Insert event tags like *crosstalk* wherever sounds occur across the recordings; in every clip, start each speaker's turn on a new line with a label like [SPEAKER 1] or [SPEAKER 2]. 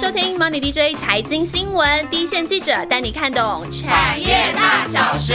[SPEAKER 1] 收听 Money DJ 财经新闻，第一线记者带你看懂产业大小事。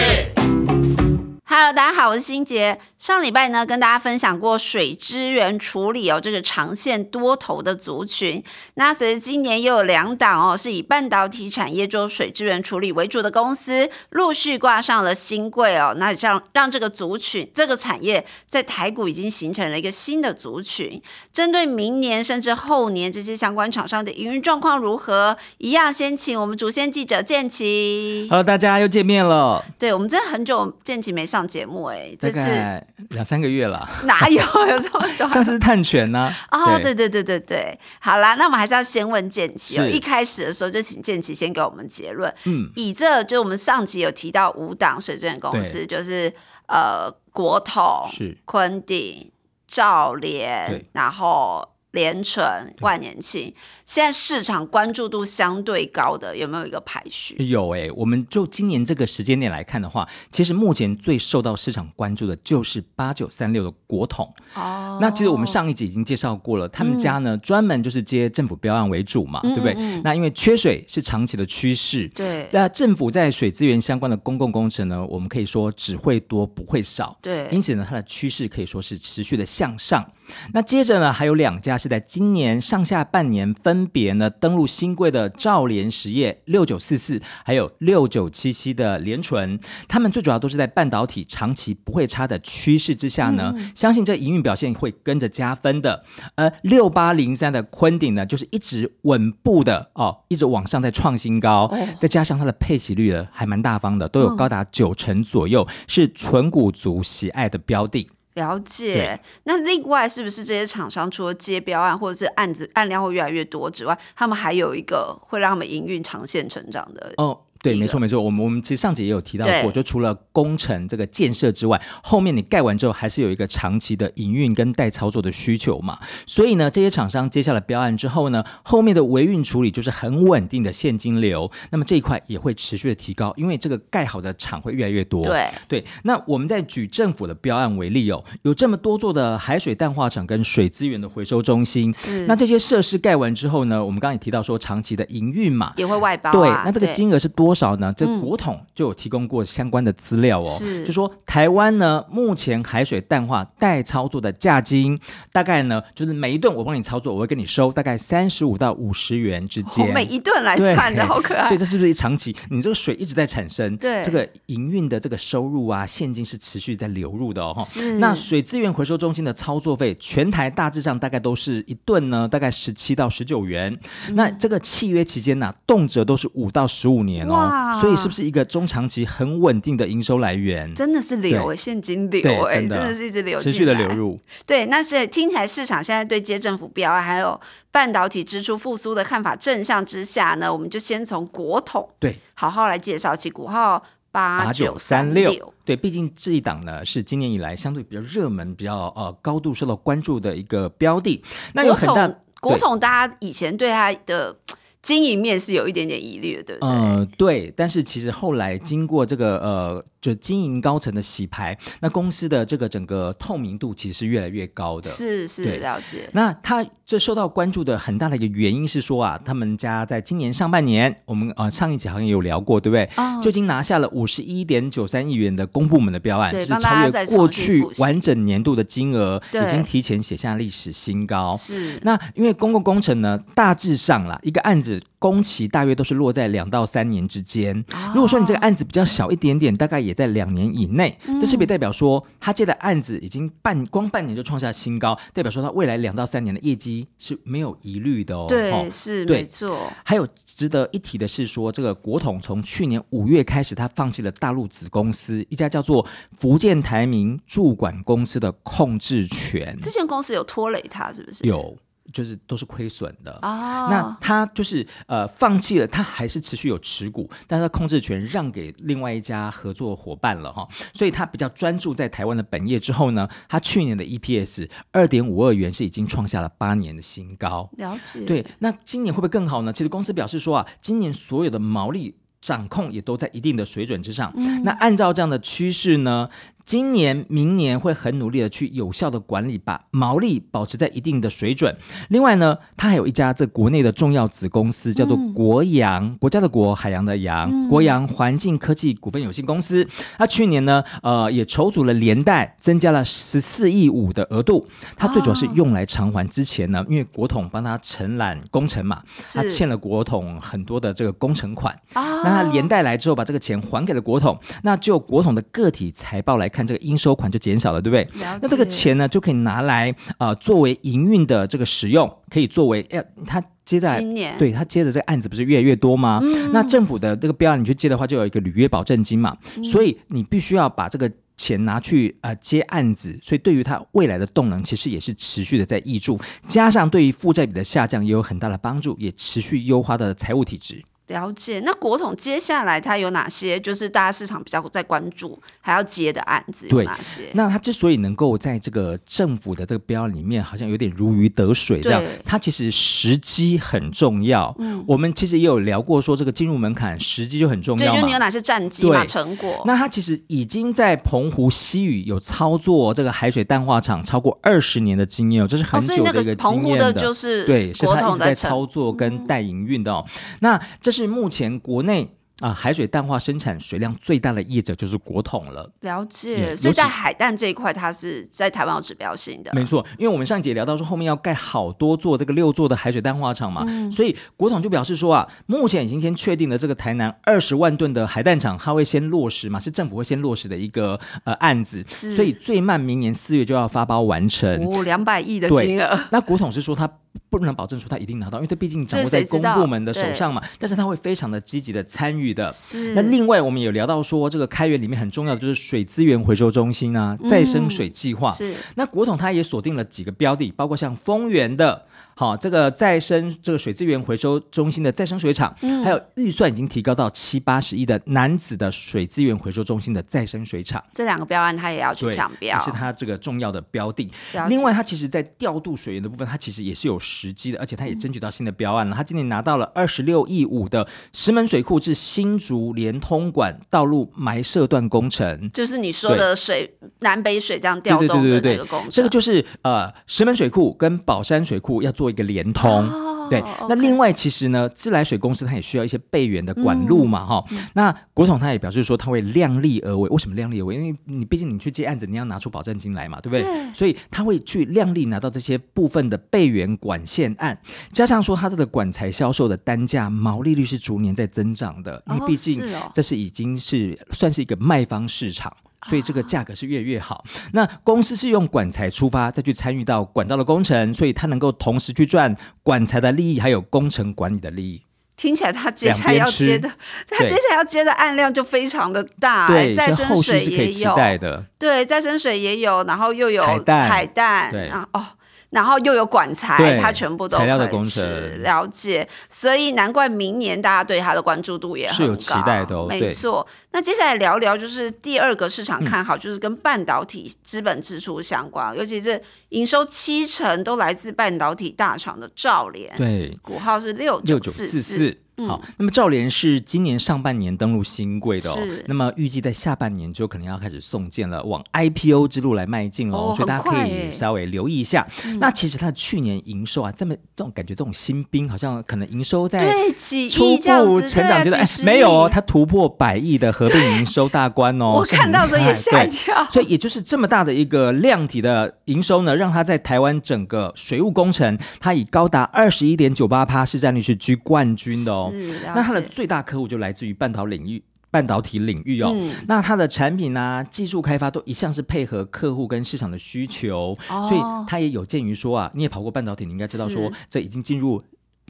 [SPEAKER 2] Hello，大家好，我是欣杰。上礼拜呢，跟大家分享过水资源处理哦，这个长线多头的族群。那随着今年又有两档哦，是以半导体产业做水资源处理为主的公司，陆续挂上了新贵哦。那让让这个族群、这个产业在台股已经形成了一个新的族群。针对明年甚至后年这些相关厂商的营运状况如何，一样先请我们主线记者建奇。
[SPEAKER 3] Hello，大家又见面了，
[SPEAKER 2] 对，我们真的很久建奇没上节目哎，
[SPEAKER 3] 大
[SPEAKER 2] 这次。
[SPEAKER 3] 概两三个月了。
[SPEAKER 2] 哪有 *laughs* 有这么多？
[SPEAKER 3] *laughs* 上次是探权呢、
[SPEAKER 2] *laughs* 哦，对对对对对，好啦，那我们还是要先问建奇哦。
[SPEAKER 3] 是
[SPEAKER 2] 一开始的时候就请建奇先给我们结论，
[SPEAKER 3] 嗯，
[SPEAKER 2] 以这就我们上集有提到五档水资源公司，就是呃国统、
[SPEAKER 3] 是
[SPEAKER 2] 昆鼎、兆联
[SPEAKER 3] 对，
[SPEAKER 2] 然后联纯、万年庆。现在市场关注度相对高的有没有一个排序？
[SPEAKER 3] 有诶、我们就今年这个时间点来看的话，其实目前最受到市场关注的就是八九三六的国统。
[SPEAKER 2] 哦嗯
[SPEAKER 3] 那其实我们上一集已经介绍过了，他们家呢、专门就是接政府标案为主嘛，对不对？
[SPEAKER 2] 嗯
[SPEAKER 3] 那因为缺水是长期的趋势，
[SPEAKER 2] 对
[SPEAKER 3] 那政府在水资源相关的公共工程呢，我们可以说只会多不会少。因
[SPEAKER 2] 对
[SPEAKER 3] 此呢，它的趋势可以说是持续的向上。那接着呢，还有两家是在今年上下半年分别呢登陆新贵的兆联实业六九四四，还有六九七七的联纯，他们最主要都是在半导体长期不会差的趋势之下呢，相信这营运表现会跟着加分的。而呃六八零三的昆鼎呢，就是一直稳步的哦，一直往上在创新高，再加上它的配息率呢还蛮大方的，都有高达九成左右，是纯股族喜爱的标的。
[SPEAKER 2] 了解
[SPEAKER 3] 对。
[SPEAKER 2] 那另外是不是这些厂商除了接标案或者是案子案量会越来越多之外，他们还有一个会让他们营运长线成长的？
[SPEAKER 3] 哦，对，
[SPEAKER 2] 一个
[SPEAKER 3] 没错没错，我们我们其实上节也有提到
[SPEAKER 2] 对
[SPEAKER 3] 过，就除了工程这个建设之外，后面你盖完之后还是有一个长期的营运跟代操作的需求嘛。所以呢，这些厂商接下了标案之后呢，后面的维运处理就是很稳定的现金流，那么这一块也会持续的提高，因为这个盖好的厂会越来越多。
[SPEAKER 2] 对，
[SPEAKER 3] 对，那我们再举政府的标案为例哦，有这么多座的海水淡化厂跟水资源的回收中心，
[SPEAKER 2] 是
[SPEAKER 3] 那这些设施盖完之后呢，我们刚刚也提到说长期的营运嘛。
[SPEAKER 2] 也会外包、啊。
[SPEAKER 3] 对，那这个
[SPEAKER 2] 对
[SPEAKER 3] 金额是多少呢？这
[SPEAKER 2] 嗯
[SPEAKER 3] 国统就有提供过相关的资料哦，
[SPEAKER 2] 是
[SPEAKER 3] 就说台湾呢目前海水淡化待操作的价金，大概呢就是每一顿我帮你操作，我会跟你收大概三十五到五十元之
[SPEAKER 2] 我
[SPEAKER 3] 间。
[SPEAKER 2] 每一顿来
[SPEAKER 3] 对
[SPEAKER 2] 算的，好
[SPEAKER 3] *laughs*
[SPEAKER 2] 可
[SPEAKER 3] 所
[SPEAKER 2] 爱
[SPEAKER 3] 以。这是不是一长期？你这个水一直在产生，
[SPEAKER 2] 对
[SPEAKER 3] 这个营运的这个收入啊，现金是持续在流入的哦。哈
[SPEAKER 2] 是
[SPEAKER 3] 那水资源回收中心的操作费，全台大致上大概都是一吨呢，大概十七到十九元。
[SPEAKER 2] 嗯
[SPEAKER 3] 那这个契约期间呢、动辄都是五到十五年
[SPEAKER 2] 哇
[SPEAKER 3] 哦，所以是不是一个中长期很稳定的营收来源？
[SPEAKER 2] 真的是流哎，现金流哎，
[SPEAKER 3] 对真的
[SPEAKER 2] 的是一直流，
[SPEAKER 3] 持续的流。入，
[SPEAKER 2] 对，那是听起来市场现在对接政府标案还有半导体支出复苏的看法正向之下呢，我们就先从国统
[SPEAKER 3] 对。
[SPEAKER 2] 好好来介绍起股号八
[SPEAKER 3] 八
[SPEAKER 2] 九
[SPEAKER 3] 九
[SPEAKER 2] 三
[SPEAKER 3] 三
[SPEAKER 2] 六
[SPEAKER 3] 六。，对，毕竟这一档呢是今年以来相对比较热门、比较呃高度受到关注的一个标的。那有
[SPEAKER 2] 国
[SPEAKER 3] 很大
[SPEAKER 2] 统国
[SPEAKER 3] 对
[SPEAKER 2] 统，大家以前对它的经营面是有一点点疑虑的，对不对？
[SPEAKER 3] 呃，对，但是其实后来经过这个呃，就经营高层的洗牌，那公司的这个整个透明度其实是越来越高的。
[SPEAKER 2] 是是
[SPEAKER 3] 对
[SPEAKER 2] 了解，
[SPEAKER 3] 那它这受到关注的很大的一个原因是说啊，他们家在今年上半年，我们呃上一集好像也有聊过，对不对？
[SPEAKER 2] 哦
[SPEAKER 3] 就已经拿下了五十一点九三亿元的公部门的标案，
[SPEAKER 2] 对
[SPEAKER 3] 就是
[SPEAKER 2] 帮大家
[SPEAKER 3] 超
[SPEAKER 2] 再
[SPEAKER 3] 越
[SPEAKER 2] 重
[SPEAKER 3] 过
[SPEAKER 2] 新
[SPEAKER 3] 去
[SPEAKER 2] 复习
[SPEAKER 3] 完整年度的金额，
[SPEAKER 2] 对
[SPEAKER 3] 已经提前写下历史新高。
[SPEAKER 2] 是
[SPEAKER 3] 那因为公共工程呢，大致上啦，一个案子工期大约都是落在两到三年之间。
[SPEAKER 2] 哦
[SPEAKER 3] 如果说你这个案子比较小一点点，大概也在两年以内，
[SPEAKER 2] 嗯
[SPEAKER 3] 这是不是代表说他接的案子已经半光半年就创下新高，代表说他未来两到三年的业绩是没有疑虑的哦。
[SPEAKER 2] 对
[SPEAKER 3] 哦
[SPEAKER 2] 是
[SPEAKER 3] 对嗯
[SPEAKER 2] 没错，
[SPEAKER 3] 还有值得一提的是说，这个国统从去年五月开始，他放弃了大陆子公司一家叫做福建台民驻管公司的控制权，
[SPEAKER 2] 之前公司有拖累他，是不是？
[SPEAKER 3] 有就是都是亏损的。
[SPEAKER 2] 哦，
[SPEAKER 3] 那他就是呃放弃了，他还是持续有持股，但是他控制权让给另外一家合作伙伴了哈，所以他比较专注在台湾的本业之后呢，他去年的 EPS 二点五二元是已经创下了八年的新高。
[SPEAKER 2] 了解，
[SPEAKER 3] 对，那今年会不会更好呢？其实公司表示说啊，今年所有的毛利。掌控也都在一定的水准之上。那按照这样的趋势呢，今年、明年会很努力的去有效的管理，把毛利保持在一定的水准。另外呢，它还有一家这国内的重要子公司，叫做国洋，国家的国，海洋的洋，国洋环境科技股份有限公司。它去年呢，呃，也筹组了连带增加了十四亿五的额度。它最主要是用来偿还之前呢，因为国统帮它承揽工程嘛，它
[SPEAKER 2] 是
[SPEAKER 3] 欠了国统很多的这个工程款。
[SPEAKER 2] 啊
[SPEAKER 3] 那他连带来之后，把这个钱还给了国统，那就国统的个体财报来看，这个应收款就减少了，对不
[SPEAKER 2] 了解
[SPEAKER 3] 啊对？那这个钱呢，就可以拿来呃作为营运的这个使用，可以作为哎、他接嗯下来
[SPEAKER 2] 今年
[SPEAKER 3] 对他接的这个案子不是越来越多吗？那政府的这个标案你去接的话，就有一个履约保证金嘛，所以你必须要把这个。钱拿去呃接案子，所以对于它未来的动能其实也是持续的在挹注，加上对于负债比的下降也有很大的帮助，也持续优化的财务体质。
[SPEAKER 2] 了解。那国统接下来它有哪些就是大家市场比较在关注还要接的案子有
[SPEAKER 3] 对
[SPEAKER 2] 哪些？
[SPEAKER 3] 那他之所以能够在这个政府的这个标里面，好像有点如鱼得水这样
[SPEAKER 2] 对，
[SPEAKER 3] 他其实时机很重要。嗯，我们其实也有聊过说，这个进入门槛时机就很重
[SPEAKER 2] 对，
[SPEAKER 3] 要
[SPEAKER 2] 就
[SPEAKER 3] 嘛
[SPEAKER 2] 是你。有哪些战绩嘛
[SPEAKER 3] 对
[SPEAKER 2] 成果？
[SPEAKER 3] 那他其实已经在澎湖西屿有操作这个海水淡化厂超过二十年的经验哦，这是很
[SPEAKER 2] 哦，所以
[SPEAKER 3] 久
[SPEAKER 2] 那
[SPEAKER 3] 的一
[SPEAKER 2] 个澎
[SPEAKER 3] 经
[SPEAKER 2] 湖
[SPEAKER 3] 验
[SPEAKER 2] 的
[SPEAKER 3] 的。
[SPEAKER 2] 就是
[SPEAKER 3] 对，是
[SPEAKER 2] 国
[SPEAKER 3] 他一直
[SPEAKER 2] 统在嗯
[SPEAKER 3] 在
[SPEAKER 2] 成
[SPEAKER 3] 操作跟带营运的哦。那这是目前国内啊、海水淡化生产水量最大的业者就是国统了。
[SPEAKER 2] 了解，
[SPEAKER 3] 嗯
[SPEAKER 2] 所
[SPEAKER 3] 尤
[SPEAKER 2] 以
[SPEAKER 3] 其
[SPEAKER 2] 在海淡这一块，它是在台湾有指标性的。
[SPEAKER 3] 没错，因为我们上一节聊到说后面要盖好多座这个六座的海水淡化厂嘛，
[SPEAKER 2] 嗯
[SPEAKER 3] 所以国统就表示说啊，目前已经先确定了这个台南二十万吨的海淡厂，它会先落实嘛，是政府会先落实的一个呃案子，
[SPEAKER 2] 是
[SPEAKER 3] 所以最慢明年四月就要发包完成。
[SPEAKER 2] 嗯哦，两百亿的
[SPEAKER 3] 对
[SPEAKER 2] 金额，
[SPEAKER 3] 那国统是说他不能保证说他一定拿到，因为他毕竟掌握
[SPEAKER 2] 这谁
[SPEAKER 3] 在
[SPEAKER 2] 知
[SPEAKER 3] 公
[SPEAKER 2] 道
[SPEAKER 3] 部门的手
[SPEAKER 2] 对
[SPEAKER 3] 上嘛，但是他会非常的积极的参与的。
[SPEAKER 2] 是
[SPEAKER 3] 那另外，我们有聊到说，这个开源里面很重要的就是水资源回收中心啊，
[SPEAKER 2] 嗯
[SPEAKER 3] 再生水计划。
[SPEAKER 2] 是
[SPEAKER 3] 那国统它也锁定了几个标的，包括像丰原的，好、这个再生这个水资源回收中心的再生水厂，
[SPEAKER 2] 嗯
[SPEAKER 3] 还有预算已经提高到七八十亿的南子的水资源回收中心的再生水厂，
[SPEAKER 2] 这两个标案，它也要去
[SPEAKER 3] 对
[SPEAKER 2] 抢标
[SPEAKER 3] 也，是它这个重要的标的
[SPEAKER 2] 了。解
[SPEAKER 3] 另外，它其实在调度水源的部分，它其实也是有时机的，而且它也争取到新的标案了。它今年拿到了二十六亿五的石门水库至新竹连通管道路埋设段工程。
[SPEAKER 2] 就是你说的水南北水这样调
[SPEAKER 3] 对对
[SPEAKER 2] 动的
[SPEAKER 3] 对对
[SPEAKER 2] 那
[SPEAKER 3] 对
[SPEAKER 2] 个工程，
[SPEAKER 3] 这个就是呃，石门水库跟宝山水库要做一个联通。对
[SPEAKER 2] 哦
[SPEAKER 3] 那
[SPEAKER 2] OK
[SPEAKER 3] 另外其实呢，自来水公司它也需要一些备援的管路嘛，哈、
[SPEAKER 2] 嗯
[SPEAKER 3] 那国统他也表示说，他会量力而为。为什么量力而为？因为你毕竟你去接案子，你要拿出保证金来嘛，对不对？所以他会去量力拿到这些部分的备援管线案，加上说他这个管材销售的单价毛利率是逐年在增长的，因
[SPEAKER 2] 哦
[SPEAKER 3] 为毕竟
[SPEAKER 2] 是哦
[SPEAKER 3] 这是已经是算是一个卖方市场。
[SPEAKER 2] 啊
[SPEAKER 3] 所以这个价格是越来越好。那公司是用管材出发，再去参与到管道的工程，所以它能够同时去赚管材的利益，还有工程管理的利益。
[SPEAKER 2] 听起来它接下来要接的，它
[SPEAKER 3] 对
[SPEAKER 2] 接下来要接的案量就非常的大、哎
[SPEAKER 3] 对，
[SPEAKER 2] 再
[SPEAKER 3] 所以
[SPEAKER 2] 生
[SPEAKER 3] 后续
[SPEAKER 2] 水
[SPEAKER 3] 是可
[SPEAKER 2] 也
[SPEAKER 3] 以期
[SPEAKER 2] 有，
[SPEAKER 3] 待的。
[SPEAKER 2] 对，再生水也有，然后又有
[SPEAKER 3] 海淡
[SPEAKER 2] 海淡
[SPEAKER 3] 对
[SPEAKER 2] 然后哦。然后又有管材，
[SPEAKER 3] 对
[SPEAKER 2] 它全部都
[SPEAKER 3] 材料的
[SPEAKER 2] 可以
[SPEAKER 3] 工
[SPEAKER 2] 吃
[SPEAKER 3] 程
[SPEAKER 2] 了解，所以难怪明年大家对它的关注度也很
[SPEAKER 3] 是有
[SPEAKER 2] 高
[SPEAKER 3] 期待的哦
[SPEAKER 2] 没
[SPEAKER 3] 对嗯
[SPEAKER 2] 错，那接下来聊聊就是第二个市场看好，就是跟半导体资本支出相关，尤其是营收七成都来自半导体大厂的兆联，
[SPEAKER 3] 对，
[SPEAKER 2] 股号是六
[SPEAKER 3] 六九
[SPEAKER 2] 四嗯
[SPEAKER 3] 四四。好，那么兆联是今年上半年登陆新贵的哦
[SPEAKER 2] 是，
[SPEAKER 3] 那么预计在下半年就可能要开始送件了，往 IPO 之路来迈进喽，
[SPEAKER 2] 哦
[SPEAKER 3] 所以大家可
[SPEAKER 2] 很快耶嗯
[SPEAKER 3] 以稍微留意一下。那其实它去年营收啊，这么这种感觉，这种新兵好像可能营收在
[SPEAKER 2] 对几
[SPEAKER 3] 初
[SPEAKER 2] 亿这样
[SPEAKER 3] 步
[SPEAKER 2] 子，
[SPEAKER 3] 成长
[SPEAKER 2] 对
[SPEAKER 3] 阶段，
[SPEAKER 2] 啊
[SPEAKER 3] 哎
[SPEAKER 2] 几十亿
[SPEAKER 3] 没有哦，它突破百亿的合并营收大关哦，
[SPEAKER 2] 我
[SPEAKER 3] 是很
[SPEAKER 2] 看到的时候
[SPEAKER 3] 厉害
[SPEAKER 2] 也吓一 *laughs*
[SPEAKER 3] 对
[SPEAKER 2] 跳，
[SPEAKER 3] 所以也就是这么大的一个量体的营收呢，让它在台湾整个水务工程，它以高达二十一点九八趴市占率是居冠军的哦。
[SPEAKER 2] 是了
[SPEAKER 3] 那它的
[SPEAKER 2] 解
[SPEAKER 3] 最大客户就来自于半导体领域。半导体领域哦，
[SPEAKER 2] 嗯
[SPEAKER 3] 那它的产品啊、技术开发都一向是配合客户跟市场的需求，
[SPEAKER 2] 哦
[SPEAKER 3] 所以它也有鉴于说啊，你也跑过半导体，你应该知道说
[SPEAKER 2] 是
[SPEAKER 3] 这已经进入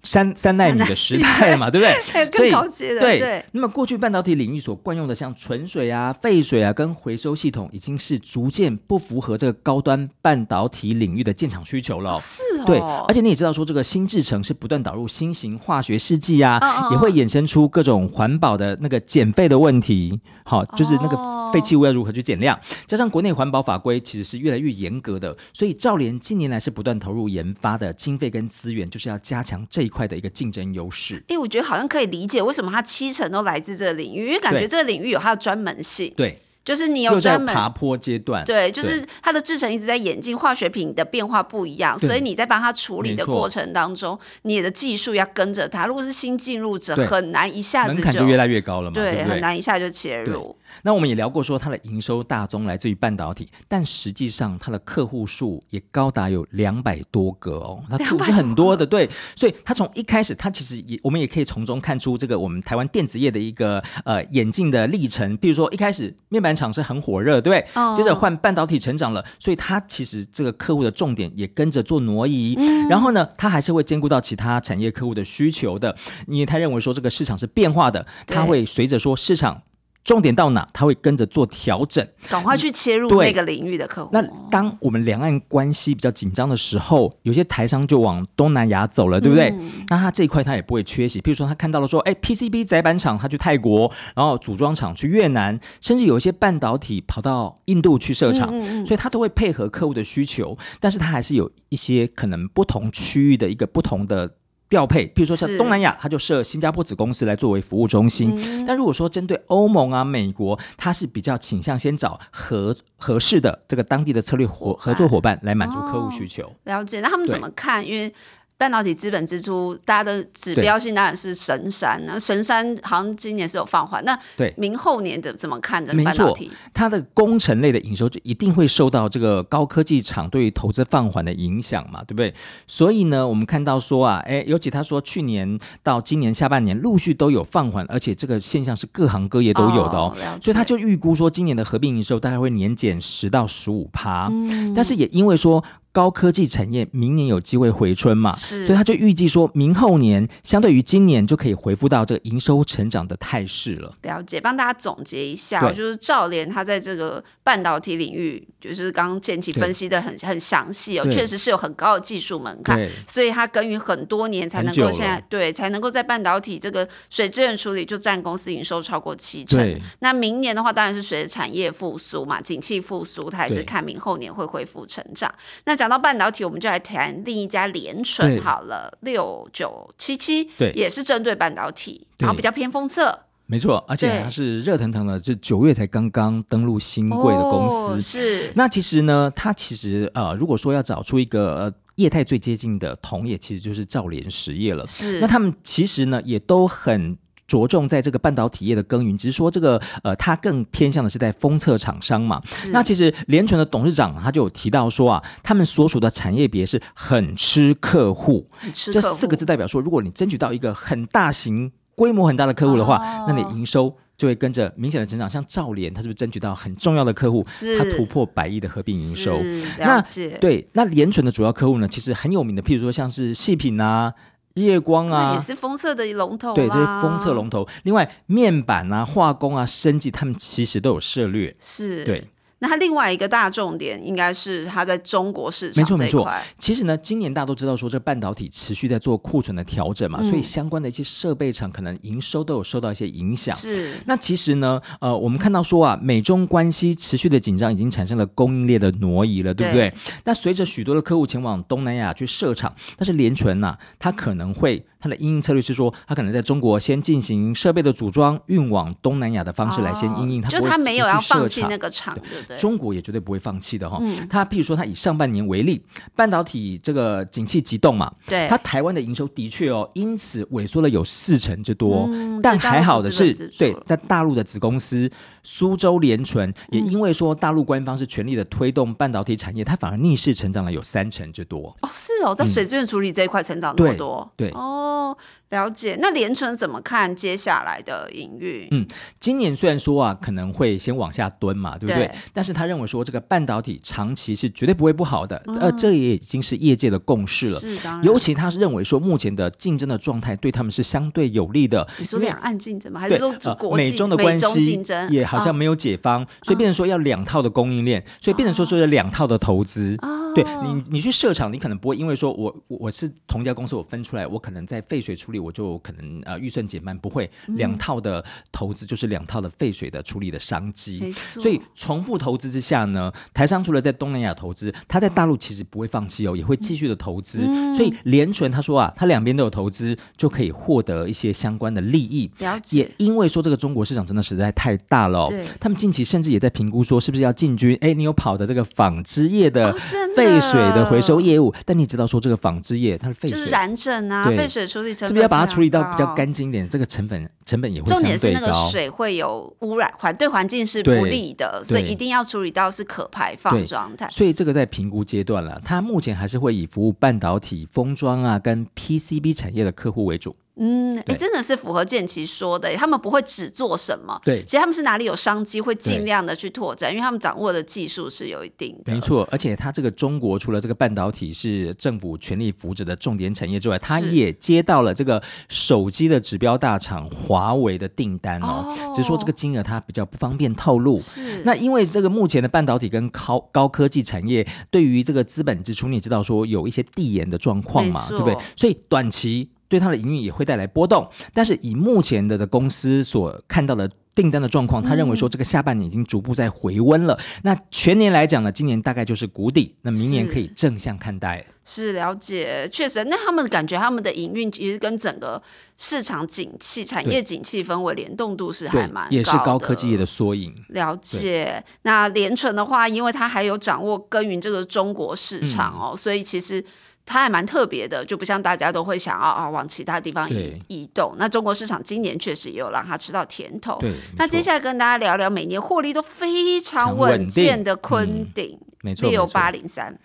[SPEAKER 3] 三三纳米的时代了嘛，对不对？
[SPEAKER 2] 还有
[SPEAKER 3] 所
[SPEAKER 2] 更
[SPEAKER 3] 以
[SPEAKER 2] 高阶的，
[SPEAKER 3] 对，
[SPEAKER 2] 对，
[SPEAKER 3] 那么过去半导体领域所惯用的像纯水啊、废水啊跟回收系统，已经是逐渐不符合这个高端半导体领域的建厂需求了哦、
[SPEAKER 2] 是哦，
[SPEAKER 3] 对，而且你也知道说，这个新制程是不断导入新型化学试剂啊，
[SPEAKER 2] 嗯嗯
[SPEAKER 3] 也会衍生出各种环保的那个减废的问题。好，就是那
[SPEAKER 2] 哦
[SPEAKER 3] 个废弃物要如何去减量，加上国内环保法规其实是越来越严格的，所以兆联近年来是不断投入研发的经费跟资源，就是要加强这一块的一个竞争优势。
[SPEAKER 2] 哎，我觉得好像可以理解为什么它七成都来自这个领域，因为感觉
[SPEAKER 3] 对
[SPEAKER 2] 这个领域有它的专门性。
[SPEAKER 3] 对，
[SPEAKER 2] 就是你有
[SPEAKER 3] 又在
[SPEAKER 2] 专门
[SPEAKER 3] 爬坡阶段，
[SPEAKER 2] 对，就是它的制成一直在演进，化学品的变化不一样，
[SPEAKER 3] 对
[SPEAKER 2] 所以你在帮它处理
[SPEAKER 3] 没
[SPEAKER 2] 的
[SPEAKER 3] 错
[SPEAKER 2] 过程当中，你的技术要跟着它。如果是新进入者，
[SPEAKER 3] 对
[SPEAKER 2] 很难一下
[SPEAKER 3] 门
[SPEAKER 2] 子
[SPEAKER 3] 槛就越来越高了嘛，
[SPEAKER 2] 对，很
[SPEAKER 3] 不对？
[SPEAKER 2] 难一下就切入。
[SPEAKER 3] 那我们也聊过说它的营收大宗来自于半导体，但实际上它的客户数也高达有两百多个哦，它客户是很多的，对，所以它从一开始，它其实也我们也可以从中看出这个我们台湾电子业的一个呃演进的历程。比如说一开始面板厂是很火热，对不对，
[SPEAKER 2] 哦
[SPEAKER 3] 接着换半导体成长了，所以它其实这个客户的重点也跟着做挪移，然后呢，它还是会兼顾到其他产业客户的需求的，因为他认为说这个市场是变化的，
[SPEAKER 2] 对
[SPEAKER 3] 它会随着说市场。重点到哪，它会跟着做调整。
[SPEAKER 2] 赶快去切入
[SPEAKER 3] 对
[SPEAKER 2] 那个领域的客户。
[SPEAKER 3] 那当我们两岸关系比较紧张的时候，有些台商就往东南亚走了，对不对？那他这一块他也不会缺席。譬如说，他看到了说，哎，PCB 载板厂他去泰国，然后组装厂去越南，甚至有一些半导体跑到印度去设厂，所以他都会配合客户的需求，但是他还是有一些可能不同区域的一个不同的。调配，譬如说像
[SPEAKER 2] 是
[SPEAKER 3] 东南亚，他就设新加坡子公司来作为服务中心。但如果说针对欧盟啊、美国，它是比较倾向先找合合适的这个当地的策略伙合作伙伴哦来满足客户需求。
[SPEAKER 2] 了解，那他们怎
[SPEAKER 3] 对
[SPEAKER 2] 么看？因为半导体资本支出，大家的指标性当然是神山那神山好像今年是有放缓，那
[SPEAKER 3] 对
[SPEAKER 2] 明后年怎怎么看这个
[SPEAKER 3] 没
[SPEAKER 2] 半导
[SPEAKER 3] 错
[SPEAKER 2] 体？
[SPEAKER 3] 它的工程类的营收就一定会受到这个高科技厂对于投资放缓的影响嘛，对不对？所以呢，我们看到说啊，哎，尤其他说去年到今年下半年陆续都有放缓，而且这个现象是各行各业都有的哦。
[SPEAKER 2] 了解
[SPEAKER 3] 所以他就预估说，今年的合并营收大概会年减十到十五趴，但是也因为说高科技产业明年有机会回春嘛，
[SPEAKER 2] 是，
[SPEAKER 3] 啊所以他就预计说明后年相对于今年就可以回复到这个营收成长的态势了。
[SPEAKER 2] 了解，帮大家总结一下，
[SPEAKER 3] 对
[SPEAKER 2] 就是赵连他在这个半导体领域，就是刚刚建奇分析的很很详细哦，
[SPEAKER 3] 对
[SPEAKER 2] 确实是有很高的技术门槛，
[SPEAKER 3] 对，
[SPEAKER 2] 所以他耕耘很多年才
[SPEAKER 3] 很
[SPEAKER 2] 能
[SPEAKER 3] 久
[SPEAKER 2] 够
[SPEAKER 3] 了
[SPEAKER 2] 现在对才能够在半导体这个水资源处理就占公司营收超过七成
[SPEAKER 3] 对。
[SPEAKER 2] 那明年的话，当然是随着产业复苏嘛，景气复苏，它还是
[SPEAKER 3] 对
[SPEAKER 2] 看明后年会恢复成长。那讲到半导体，我们就来谈另一家联纯
[SPEAKER 3] 对
[SPEAKER 2] 好了，六九七七，
[SPEAKER 3] 对
[SPEAKER 2] 也是针对半导体，
[SPEAKER 3] 对
[SPEAKER 2] 然后比较偏封测。
[SPEAKER 3] 没错，而且
[SPEAKER 2] 对
[SPEAKER 3] 它是热腾腾的，就九月才刚刚登陆新贵的公
[SPEAKER 2] 哦、
[SPEAKER 3] 司。
[SPEAKER 2] 是
[SPEAKER 3] 那其实呢，它其实呃，如果说要找出一个呃业态最接近的同业，其实就是兆联实业了。
[SPEAKER 2] 是，
[SPEAKER 3] 那他们其实呢，也都很。着重在这个半导体业的耕耘，只是说这个呃，它更偏向的是在封测厂商嘛。
[SPEAKER 2] 是
[SPEAKER 3] 那其实联纯的董事长他就有提到说啊，他们所属的产业别是很吃客户，
[SPEAKER 2] 很吃
[SPEAKER 3] 这
[SPEAKER 2] 客户
[SPEAKER 3] 四个字代表说，如果你争取到一个很大型、规模很大的客户的话，
[SPEAKER 2] 哦
[SPEAKER 3] 那你营收就会跟着明显的成长。像兆联，它是不是争取到很重要的客户？
[SPEAKER 2] 是
[SPEAKER 3] 它突破百亿的合并营收。
[SPEAKER 2] 是
[SPEAKER 3] 那
[SPEAKER 2] 了解，
[SPEAKER 3] 对，那联纯的主要客户呢，其实很有名的，譬如说像是细品啊、日月光
[SPEAKER 2] 那
[SPEAKER 3] 啊
[SPEAKER 2] 也，是封测的龙头啦，
[SPEAKER 3] 对，这些封测龙头。另外，面板啊、化工啊、生技，他们其实都有涉略。
[SPEAKER 2] 是
[SPEAKER 3] 对。
[SPEAKER 2] 那它另外一个大重点应该是它在中国市
[SPEAKER 3] 没
[SPEAKER 2] 场
[SPEAKER 3] 错
[SPEAKER 2] 这
[SPEAKER 3] 没
[SPEAKER 2] 一
[SPEAKER 3] 错
[SPEAKER 2] 块，
[SPEAKER 3] 其实呢，今年大家都知道说，这半导体持续在做库存的调整嘛，
[SPEAKER 2] 嗯
[SPEAKER 3] 所以相关的一些设备厂可能营收都有受到一些影响。
[SPEAKER 2] 是
[SPEAKER 3] 那其实呢，呃，我们看到说啊，美中关系持续的紧张，已经产生了供应链的挪移了，对不对？那随着许多的客户前往东南亚去设厂，但是联纯呐、它可能会它的应应策略是说，它可能在中国先进行设备的组装，运往东南亚的方式来先应应，它
[SPEAKER 2] 哦就
[SPEAKER 3] 不会
[SPEAKER 2] 它
[SPEAKER 3] 直
[SPEAKER 2] 没
[SPEAKER 3] 接
[SPEAKER 2] 有
[SPEAKER 3] 去
[SPEAKER 2] 要
[SPEAKER 3] 设
[SPEAKER 2] 放弃
[SPEAKER 3] 厂
[SPEAKER 2] 那个嗯厂，对不对？
[SPEAKER 3] 中国也绝对不会放弃的哈、它譬如说，它以上半年为例，半导体这个景气急动嘛，
[SPEAKER 2] 对
[SPEAKER 3] 它，台湾的营收的确哦，因此萎缩了有四成之多，
[SPEAKER 2] 嗯
[SPEAKER 3] 但
[SPEAKER 2] 对
[SPEAKER 3] 还好的
[SPEAKER 2] 大
[SPEAKER 3] 是
[SPEAKER 2] 陆资本支，出
[SPEAKER 3] 对
[SPEAKER 2] 了，
[SPEAKER 3] 在大陆的子公司苏州联纯，
[SPEAKER 2] 嗯
[SPEAKER 3] 也因为说大陆官方是全力的推动半导体产业，它反而逆势成长了有三成之多。
[SPEAKER 2] 哦是哦，在水资源处理这一块成长那么
[SPEAKER 3] 对
[SPEAKER 2] 多，
[SPEAKER 3] 嗯对
[SPEAKER 2] 哦，了解。那联纯怎么看接下来的营运？
[SPEAKER 3] 嗯今年虽然说啊，可能会先往下蹲嘛，对不对？
[SPEAKER 2] 对
[SPEAKER 3] 但是他认为说这个半导体长期是绝对不会不好的，呃，这也已经是业界的共识
[SPEAKER 2] 嗯
[SPEAKER 3] 了。
[SPEAKER 2] 是啊当然，
[SPEAKER 3] 尤其他是认为说，目前的竞争的状态对他们是相对有利的，
[SPEAKER 2] 你说
[SPEAKER 3] 因为
[SPEAKER 2] 两岸竞争吗？还
[SPEAKER 3] 对，
[SPEAKER 2] 是说
[SPEAKER 3] 呃
[SPEAKER 2] 国际
[SPEAKER 3] 美中的关系
[SPEAKER 2] 竞争
[SPEAKER 3] 也好像
[SPEAKER 2] 嗯啊
[SPEAKER 3] 没有解方，所以变成说要两套的供应链，所以变成说说有两套的投资。
[SPEAKER 2] 哦
[SPEAKER 3] 对你，你去设厂，你可能不会因为说我我我是同一家公司，我分出来，我可能在废水处理，我就可能呃预算减半，不会，
[SPEAKER 2] 嗯
[SPEAKER 3] 两套的投资就是两套的废水的处理的商
[SPEAKER 2] 没
[SPEAKER 3] 机。
[SPEAKER 2] 错
[SPEAKER 3] 所以重复投资之下呢，台商除了在东南亚投资，他在大陆其实不会放弃哦，也会继续的投资。
[SPEAKER 2] 嗯
[SPEAKER 3] 所以联纯他说啊，他两边都有投资，就可以获得一些相关的利益。
[SPEAKER 2] 了解
[SPEAKER 3] 也因为说这个中国市场真的实在太大了、哦
[SPEAKER 2] 对，
[SPEAKER 3] 他们近期甚至也在评估说是不是要进军。哎，你有跑的这个纺织业的
[SPEAKER 2] 哦真的
[SPEAKER 3] 呃废水的回收业务，但你知道说这个纺织业它的废
[SPEAKER 2] 就
[SPEAKER 3] 水
[SPEAKER 2] 是染整啊，
[SPEAKER 3] 对
[SPEAKER 2] 废水处理成本
[SPEAKER 3] 是不是要把它处理到比较
[SPEAKER 2] 高
[SPEAKER 3] 干净一点？这个成本成本也会
[SPEAKER 2] 重
[SPEAKER 3] 相
[SPEAKER 2] 点是
[SPEAKER 3] 对
[SPEAKER 2] 那个
[SPEAKER 3] 高。
[SPEAKER 2] 水会有污染，环对环境是不
[SPEAKER 3] 对
[SPEAKER 2] 利的，所以
[SPEAKER 3] 对
[SPEAKER 2] 一定要处理到是可排放
[SPEAKER 3] 对
[SPEAKER 2] 状态。
[SPEAKER 3] 所以这个在评估阶段了，它目前还是会以服务半导体、封装啊跟 PCB 产业的客户为主。
[SPEAKER 2] 嗯，哎，
[SPEAKER 3] 对
[SPEAKER 2] 真的是符合建奇说的，他们不会只做什么，
[SPEAKER 3] 对
[SPEAKER 2] 其实他们是哪里有商机会尽
[SPEAKER 3] 对
[SPEAKER 2] 量的去拓展，因为他们掌握的技术是有一定的。
[SPEAKER 3] 没错，而且它这个中国除了这个半导体是政府全力扶持的重点产业之外，它
[SPEAKER 2] 是
[SPEAKER 3] 也接到了这个手机的指标大厂华为的订单哦，
[SPEAKER 2] 哦
[SPEAKER 3] 只是说这个金额它比较不方便透露。
[SPEAKER 2] 是
[SPEAKER 3] 那因为这个目前的半导体跟高高科技产业对于这个资本支出，你也知道说有一些递延的状况嘛
[SPEAKER 2] 没，错
[SPEAKER 3] 对不对？所以短期对它的营运也会带来波动，但是以目前的的公司所看到的。订单的状
[SPEAKER 2] 嗯
[SPEAKER 3] 况，他认为说这个下半年已经逐步在回温了。那全年来讲呢，今年大概就是谷底，那明年
[SPEAKER 2] 是
[SPEAKER 3] 可以正向看待。
[SPEAKER 2] 是了解，确实，那他们感觉他们的营运其实跟整个市场景气、产业景气氛围联动度是还
[SPEAKER 3] 对
[SPEAKER 2] 蛮，
[SPEAKER 3] 也是
[SPEAKER 2] 高
[SPEAKER 3] 高科技业的缩影。
[SPEAKER 2] 了解，那联纯的话，因为它还有掌握耕耘这个中国市场
[SPEAKER 3] 嗯
[SPEAKER 2] 哦，所以其实它还蛮特别的，就不像大家都会想要啊往其他地方移
[SPEAKER 3] 对
[SPEAKER 2] 移动。那中国市场今年确实也有让它吃到甜头。
[SPEAKER 3] 对，
[SPEAKER 2] 哦那接
[SPEAKER 3] 来
[SPEAKER 2] 下来跟大家聊聊每年获利都非常
[SPEAKER 3] 常稳
[SPEAKER 2] 稳健
[SPEAKER 3] 定
[SPEAKER 2] 的昆鼎
[SPEAKER 3] 嗯没错，没
[SPEAKER 2] 六
[SPEAKER 3] 错
[SPEAKER 2] 八零三，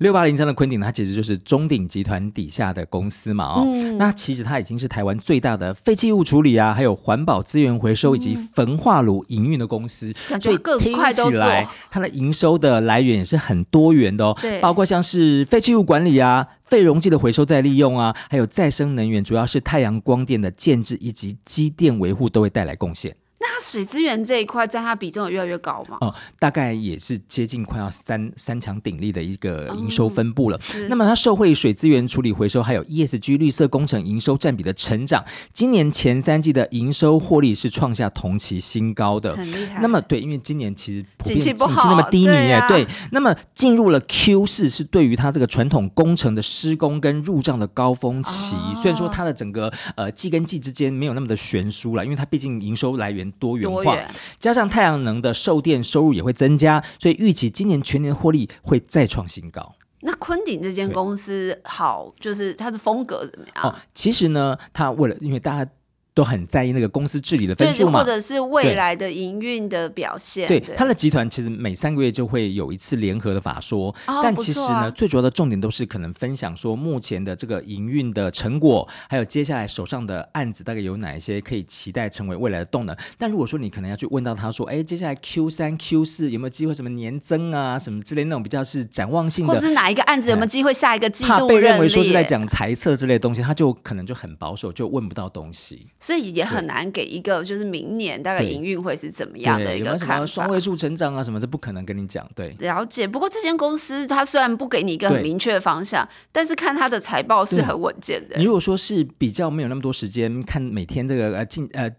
[SPEAKER 3] 六八零三的昆鼎呢，它其实就是中鼎集团底下的公司嘛，哦，
[SPEAKER 2] 嗯
[SPEAKER 3] 那其实它已经是台湾最大的废弃物处理啊，还有环保资源回收以及焚化炉营运的公司，
[SPEAKER 2] 感觉
[SPEAKER 3] 所以
[SPEAKER 2] 更
[SPEAKER 3] 听
[SPEAKER 2] 快都
[SPEAKER 3] 起
[SPEAKER 2] 做
[SPEAKER 3] 来它的营收的来源也是很多元的哦
[SPEAKER 2] 对，
[SPEAKER 3] 包括像是废弃物管理啊。废容器的回收再利用啊，还有再生能源，主要是太阳光电的建制以及机电维护都会带来贡献
[SPEAKER 2] 那水资源这一块占它比重有越来越高嘛？
[SPEAKER 3] 哦、大概也是接近快要三三强鼎立的一个营收
[SPEAKER 2] 哦
[SPEAKER 3] 分布了。
[SPEAKER 2] 是
[SPEAKER 3] 那么它受惠水资源处理回收，还有 ESG 绿色工程营收占比的成长，今年前三季的营收获利是创下同期新高的。
[SPEAKER 2] 很厉害。
[SPEAKER 3] 那么对，因为今年其实普
[SPEAKER 2] 景
[SPEAKER 3] 遍
[SPEAKER 2] 气
[SPEAKER 3] 景
[SPEAKER 2] 不
[SPEAKER 3] 气
[SPEAKER 2] 好
[SPEAKER 3] 那么低迷
[SPEAKER 2] 对
[SPEAKER 3] 耶，
[SPEAKER 2] 啊
[SPEAKER 3] 对。那么进入了 Q 四，是对于它这个传统工程的施工跟入账的高峰期。
[SPEAKER 2] 哦
[SPEAKER 3] 虽然说它的整个呃季跟季之间没有那么的悬殊了，因为它毕竟营收来源多元
[SPEAKER 2] 多
[SPEAKER 3] 化，
[SPEAKER 2] 远？
[SPEAKER 3] 加上太阳能的售电收入也会增加，所以预期今年全年获利会再创新高。
[SPEAKER 2] 那昆鼎这间
[SPEAKER 3] 对
[SPEAKER 2] 公司好，就是它的风格怎么样？
[SPEAKER 3] 哦，其实呢，他为了因为大家都很在意那个公司治理的分
[SPEAKER 2] 对，
[SPEAKER 3] 数
[SPEAKER 2] 或
[SPEAKER 3] 嘛。
[SPEAKER 2] 者是未
[SPEAKER 3] 对
[SPEAKER 2] 来的营运的表现。
[SPEAKER 3] 对，他的集团其实每三个月就会有一次联合的法说，
[SPEAKER 2] 哦
[SPEAKER 3] 但
[SPEAKER 2] 不
[SPEAKER 3] 其实
[SPEAKER 2] 错
[SPEAKER 3] 呢，
[SPEAKER 2] 啊
[SPEAKER 3] 最主要的重点都是可能分享说目前的这个营运的成果，还有接下来手上的案子大概有哪一些可以期待成为未来的动能。但如果说你可能要去问到他说，哎，接下来 Q 三、Q 四有没有机会什么年增啊，什么之类那种比较是展望性
[SPEAKER 2] 或者
[SPEAKER 3] 的，
[SPEAKER 2] 是哪一个案子有没有
[SPEAKER 3] 哎
[SPEAKER 2] 机会下一个季
[SPEAKER 3] 怕
[SPEAKER 2] 度
[SPEAKER 3] 被认
[SPEAKER 2] 认
[SPEAKER 3] 为说是在
[SPEAKER 2] 列？
[SPEAKER 3] 讲财测之类的东西，他就可能就很保守，就问不到东西。
[SPEAKER 2] 所以也很难给一个就是明年大概
[SPEAKER 3] 对
[SPEAKER 2] 营运会是怎么
[SPEAKER 3] 对，
[SPEAKER 2] 样的一
[SPEAKER 3] 有没
[SPEAKER 2] 个
[SPEAKER 3] 有什么
[SPEAKER 2] 看法
[SPEAKER 3] 双。位数成长啊什么，这不可能跟你讲。对，
[SPEAKER 2] 了解，不过这间公司它虽然不给你一个很
[SPEAKER 3] 对
[SPEAKER 2] 明确的方向，但是看它的财报是
[SPEAKER 3] 对
[SPEAKER 2] 很稳健的
[SPEAKER 3] 你。如果说是比较没有那么多时间看每天这个呃进呃。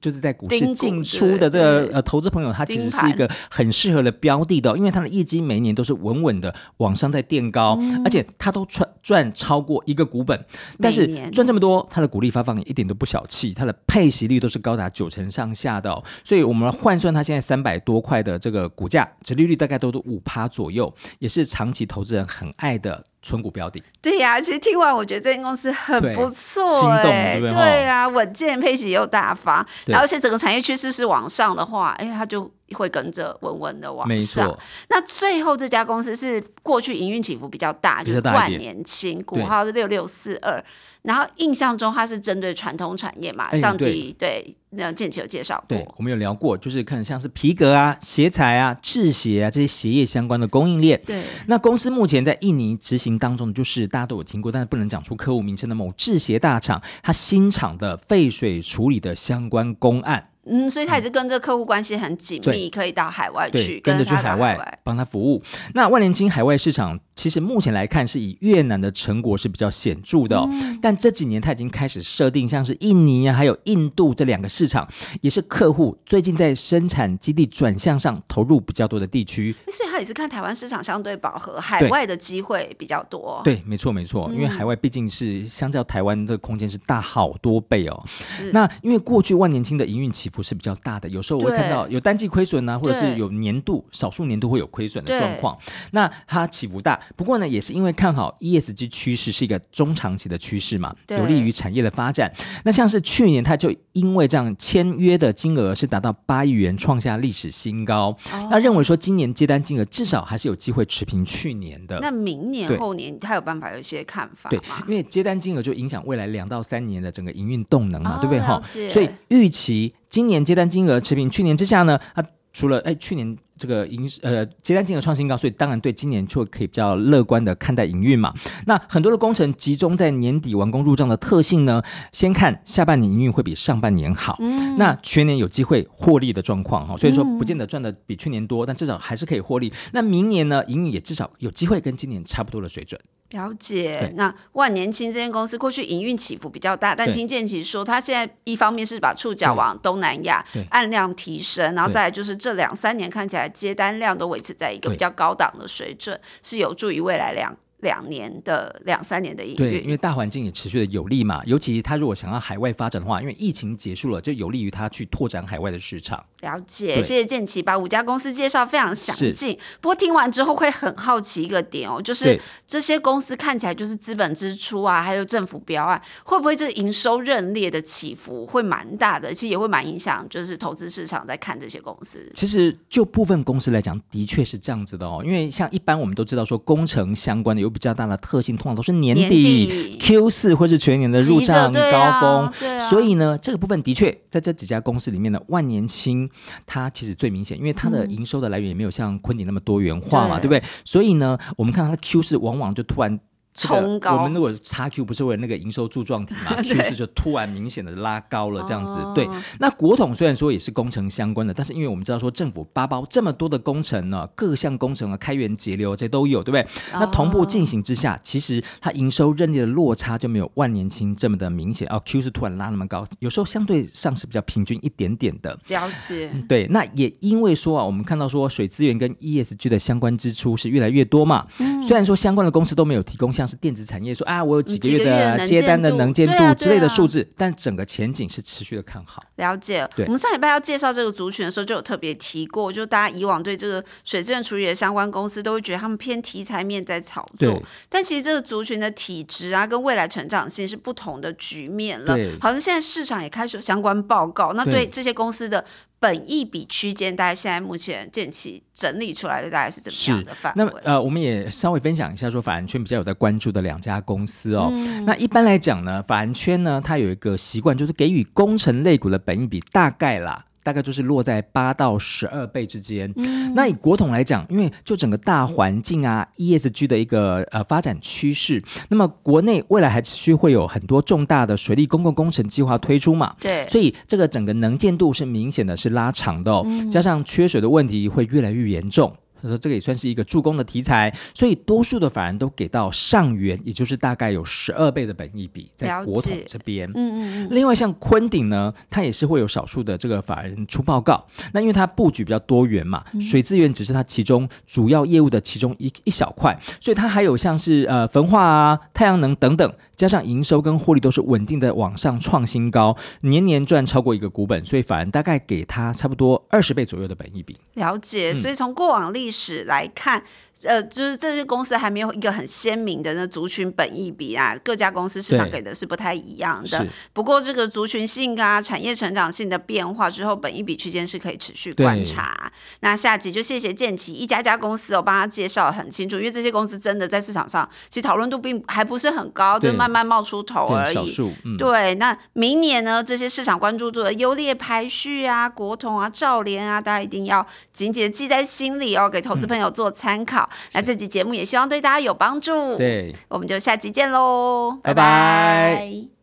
[SPEAKER 3] 就是在股
[SPEAKER 2] 盯
[SPEAKER 3] 市
[SPEAKER 2] 股
[SPEAKER 3] 进
[SPEAKER 2] 之类
[SPEAKER 3] 出的这
[SPEAKER 2] 对
[SPEAKER 3] 个呃投资朋友，他其
[SPEAKER 2] 盯
[SPEAKER 3] 实是
[SPEAKER 2] 盘
[SPEAKER 3] 一个很适合的标的的哦、因为它的业绩每年都是稳稳的往上在垫高，
[SPEAKER 2] 嗯
[SPEAKER 3] 而且它都赚赚超过一个股本，但
[SPEAKER 2] 每
[SPEAKER 3] 是
[SPEAKER 2] 年
[SPEAKER 3] 赚这么多，它的股利发放也一点都不小气，它的配息率都是高达九成上下的、哦，所以我们换算它现在三百多块的这个股价，折利率大概都都五趴左右，也是长期投资人很爱的存股标的。
[SPEAKER 2] 对呀、其实听完我觉得这间公司很
[SPEAKER 3] 对
[SPEAKER 2] 不
[SPEAKER 3] 心
[SPEAKER 2] 错
[SPEAKER 3] 动
[SPEAKER 2] 哎、
[SPEAKER 3] 对不对
[SPEAKER 2] 对呀、稳健配息又大方，
[SPEAKER 3] 对
[SPEAKER 2] 然后而且整个产业趋势是往上的话，哎，它就会跟着稳稳的往
[SPEAKER 3] 没
[SPEAKER 2] 上。
[SPEAKER 3] 错，
[SPEAKER 2] 那最后这家公司是过去营运起伏比较大，就
[SPEAKER 3] 比
[SPEAKER 2] 是
[SPEAKER 3] 较大
[SPEAKER 2] 万
[SPEAKER 3] 一点
[SPEAKER 2] 年青，股
[SPEAKER 3] 对
[SPEAKER 2] 号是六六四二。然后印象中它是针对传统产业嘛，
[SPEAKER 3] 哎
[SPEAKER 2] 上集对那建奇有介绍
[SPEAKER 3] 对
[SPEAKER 2] 过。
[SPEAKER 3] 我们有聊过，就是可能像是皮革啊、鞋材啊、制鞋啊这些鞋业相关的供应链。
[SPEAKER 2] 对，
[SPEAKER 3] 那公司目前在印尼执行当中，就是大家都有听过，但是不能讲出客户名称的某制鞋大厂，它新厂的废水处理的相关公案。
[SPEAKER 2] 嗯，所以他也是跟这个客户关系很紧密，
[SPEAKER 3] 对
[SPEAKER 2] 可以到海外去
[SPEAKER 3] 对，跟着去
[SPEAKER 2] 他到
[SPEAKER 3] 海外
[SPEAKER 2] 外。
[SPEAKER 3] 帮他服务。那万联金海外市场其实目前来看是以越南的成果是比较显著的、哦，
[SPEAKER 2] 嗯
[SPEAKER 3] 但这几年他已经开始设定像是印尼啊，还有印度这两个市场，也是客户最近在生产基地转向上投入比较多的地区。
[SPEAKER 2] 所以他也是看台湾市场相对饱和，海
[SPEAKER 3] 对
[SPEAKER 2] 外的机会比较多。，
[SPEAKER 3] 对，没错没错，
[SPEAKER 2] 嗯
[SPEAKER 3] 因为海外毕竟是相较台湾这个空间是大好多倍哦。
[SPEAKER 2] 是
[SPEAKER 3] 那因为过去万年青的营运起伏是比较大的，有时候我会
[SPEAKER 2] 对
[SPEAKER 3] 看到有单季亏损啊，或者
[SPEAKER 2] 对
[SPEAKER 3] 是有年度少数年度会有亏损的
[SPEAKER 2] 对
[SPEAKER 3] 状况。那它起伏大，不过呢，也是因为看好 ESG 趋势是一个中长期的趋势嘛，
[SPEAKER 2] 对
[SPEAKER 3] 有利于产业的发展。那像是去年它就因为这样签约的金额是达到八亿元，创下历史新高。
[SPEAKER 2] 哦
[SPEAKER 3] 那认为说今年接单金额至少还是有机会持平去年的。
[SPEAKER 2] 那明年
[SPEAKER 3] 对
[SPEAKER 2] 后年他有办法有一些看法
[SPEAKER 3] 对
[SPEAKER 2] 吗，？
[SPEAKER 3] 因为接单金额就影响未来两到三年的整个营运动能
[SPEAKER 2] 哦
[SPEAKER 3] 嘛，啊对不对
[SPEAKER 2] 了
[SPEAKER 3] 哈？
[SPEAKER 2] 解
[SPEAKER 3] 所以预期今年接单金额持平去年之下呢，它除了哎去年这个营呃接单金额创新高，所以当然对今年就可以比较乐观的看待营运嘛。那很多的工程集中在年底完工入账的特性呢，先看下半年营运会比上半年好，那全年有机会获利的状况哈，所以说不见得赚的比去年多，但至少还是可以获利。那明年呢，营运也至少有机会跟今年差不多的水准。
[SPEAKER 2] 了解
[SPEAKER 3] 对。
[SPEAKER 2] 那万年青这间公司过去营运起伏比较大，但
[SPEAKER 3] 对
[SPEAKER 2] 听建奇说，他现在一方面是把触角往东南亚
[SPEAKER 3] 对
[SPEAKER 2] 按量提升，然后
[SPEAKER 3] 对
[SPEAKER 2] 再来就是这两三年看起来接单量都维持在一个
[SPEAKER 3] 对
[SPEAKER 2] 比较高档的水准，是有助于未来两两年的两三年的营
[SPEAKER 3] 对，因
[SPEAKER 2] 运。
[SPEAKER 3] 为大环境也持续的有利嘛，尤其他如果想要海外发展的话，因为疫情结束了，就有利于他去拓展海外的市场。
[SPEAKER 2] 了解，
[SPEAKER 3] 对
[SPEAKER 2] 谢谢建奇把五家公司介绍非常详
[SPEAKER 3] 是
[SPEAKER 2] 尽。不过听完之后会很好奇一个点哦，就是
[SPEAKER 3] 对
[SPEAKER 2] 这些公司看起来就是资本支出啊，还有政府标案，会不会这个营收认列的起伏会蛮大的？其实也会蛮影响，就是投资市场在看这些公司。
[SPEAKER 3] 其实就部分公司来讲，的确是这样子的哦。因为像一般我们都知道说，工程相关的有比较大的特性，通常都是年
[SPEAKER 2] 年底
[SPEAKER 3] Q 四或是全年的入
[SPEAKER 2] 急着
[SPEAKER 3] 账
[SPEAKER 2] 对
[SPEAKER 3] 高
[SPEAKER 2] 啊
[SPEAKER 3] 峰。
[SPEAKER 2] 对啊
[SPEAKER 3] 所以呢，这个部分的确在这几家公司里面呢，万年青它其实最明显，因为它的营收的来源也没有像昆鼎那么多元化嘛，
[SPEAKER 2] 嗯对
[SPEAKER 3] 对不对？所以呢，我们看到它的 Q 四往往就突然这个
[SPEAKER 2] 冲高
[SPEAKER 3] 我们如果 x Q 不是为了那个营收柱状体
[SPEAKER 2] *laughs*
[SPEAKER 3] 嘛，Q 四就突然明显的拉高了这样子。
[SPEAKER 2] 哦
[SPEAKER 3] 对，那国统虽然说也是工程相关的，但是因为我们知道说政府八包这么多的工程呢，各项工程啊，开源节流这都有，对不对？
[SPEAKER 2] 哦
[SPEAKER 3] 那同步进行之下，其实它营收认列的落差就没有万年青这么的明显哦。Q 是突然拉那么高，有时候相对上是比较平均一点点的。
[SPEAKER 2] 了解，
[SPEAKER 3] 对，那也因为说啊，我们看到说水资源跟 ESG 的相关支出是越来越多嘛。
[SPEAKER 2] 嗯
[SPEAKER 3] 虽然说相关的公司都没有提供像是电子产业说啊，我有几个
[SPEAKER 2] 几
[SPEAKER 3] 月
[SPEAKER 2] 个月的
[SPEAKER 3] 的
[SPEAKER 2] 能
[SPEAKER 3] 接单的
[SPEAKER 2] 见度
[SPEAKER 3] 能见
[SPEAKER 2] 对啊
[SPEAKER 3] 度之类
[SPEAKER 2] 对啊
[SPEAKER 3] 的数字，但整个前景是持续的看好。
[SPEAKER 2] 了解。
[SPEAKER 3] 对
[SPEAKER 2] 我们上礼拜要介绍这个族群的时候，就有特别提过，就大家以往对这个水资源处理的相关公司，都会觉得他们偏题材面在炒作
[SPEAKER 3] 对，
[SPEAKER 2] 但其实这个族群的体质啊，跟未来成长性是不同的局面了
[SPEAKER 3] 对。
[SPEAKER 2] 好像现在市场也开始有相关报告，那对
[SPEAKER 3] 对
[SPEAKER 2] 这些公司的本益比区间，大概现在目前建起整理出来的大概是怎么样的范
[SPEAKER 3] 那
[SPEAKER 2] 围
[SPEAKER 3] 么？呃，我们也稍微分享一下说法人圈比较有在关注的两家公司哦。那一般来讲呢，法人圈呢，它有一个习惯，就是给予工程类股的本益比大概啦。大概就是落在八到十二倍之间。那以国统来讲，因为就整个大环境啊，ESG 的一个呃发展趋势，那么国内未来还持续会有很多重大的水利公共工程计划推出嘛，
[SPEAKER 2] 对，
[SPEAKER 3] 所以这个整个能见度是明显的是拉长的哦，
[SPEAKER 2] 嗯
[SPEAKER 3] 加上缺水的问题会越来越严重。他说：“这个也算是一个助攻的题材，所以多数的法人都给到上元，也就是大概有十二倍的本益比，在
[SPEAKER 2] 了
[SPEAKER 3] 国统
[SPEAKER 2] 解
[SPEAKER 3] 这边。
[SPEAKER 2] 嗯嗯嗯，
[SPEAKER 3] 另外，像昆鼎呢，它也是会有少数的这个法人出报告。那因为它布局比较多元嘛，水资源只是它其中主要业务的其中一一小块，所以它还有像是呃焚化啊、太阳能等等，加上营收跟获利都是稳定的往上创新高，年年赚超过一个股本，所以法人大概给它差不多二十倍左右的本益比。
[SPEAKER 2] 了
[SPEAKER 3] 嗯
[SPEAKER 2] 解。所以从过往历史来看。呃，就是这些公司还没有一个很鲜明的那族群本益比啊，各家公司市场
[SPEAKER 3] 对
[SPEAKER 2] 给的是不太一样的
[SPEAKER 3] 是。
[SPEAKER 2] 不过这个族群性啊、产业成长性的变化之后，本益比区间是可以持续观察。那下集就谢谢建奇一家家公司哦，帮他介绍得很清楚，因为这些公司真的在市场上其实讨论度并还不是很高，就
[SPEAKER 3] 对
[SPEAKER 2] 慢慢冒出头而
[SPEAKER 3] 对，少
[SPEAKER 2] 已。
[SPEAKER 3] 数，嗯，
[SPEAKER 2] 对，那明年呢？这些市场关注度的优劣排序啊、国统啊、兆联啊，大家一定要紧紧地记在心里哦，给投
[SPEAKER 3] 嗯
[SPEAKER 2] 资朋友做参考。那这期节目也希望对大家有帮助。，
[SPEAKER 3] 对。
[SPEAKER 2] 我们就下期见喽，
[SPEAKER 3] 拜拜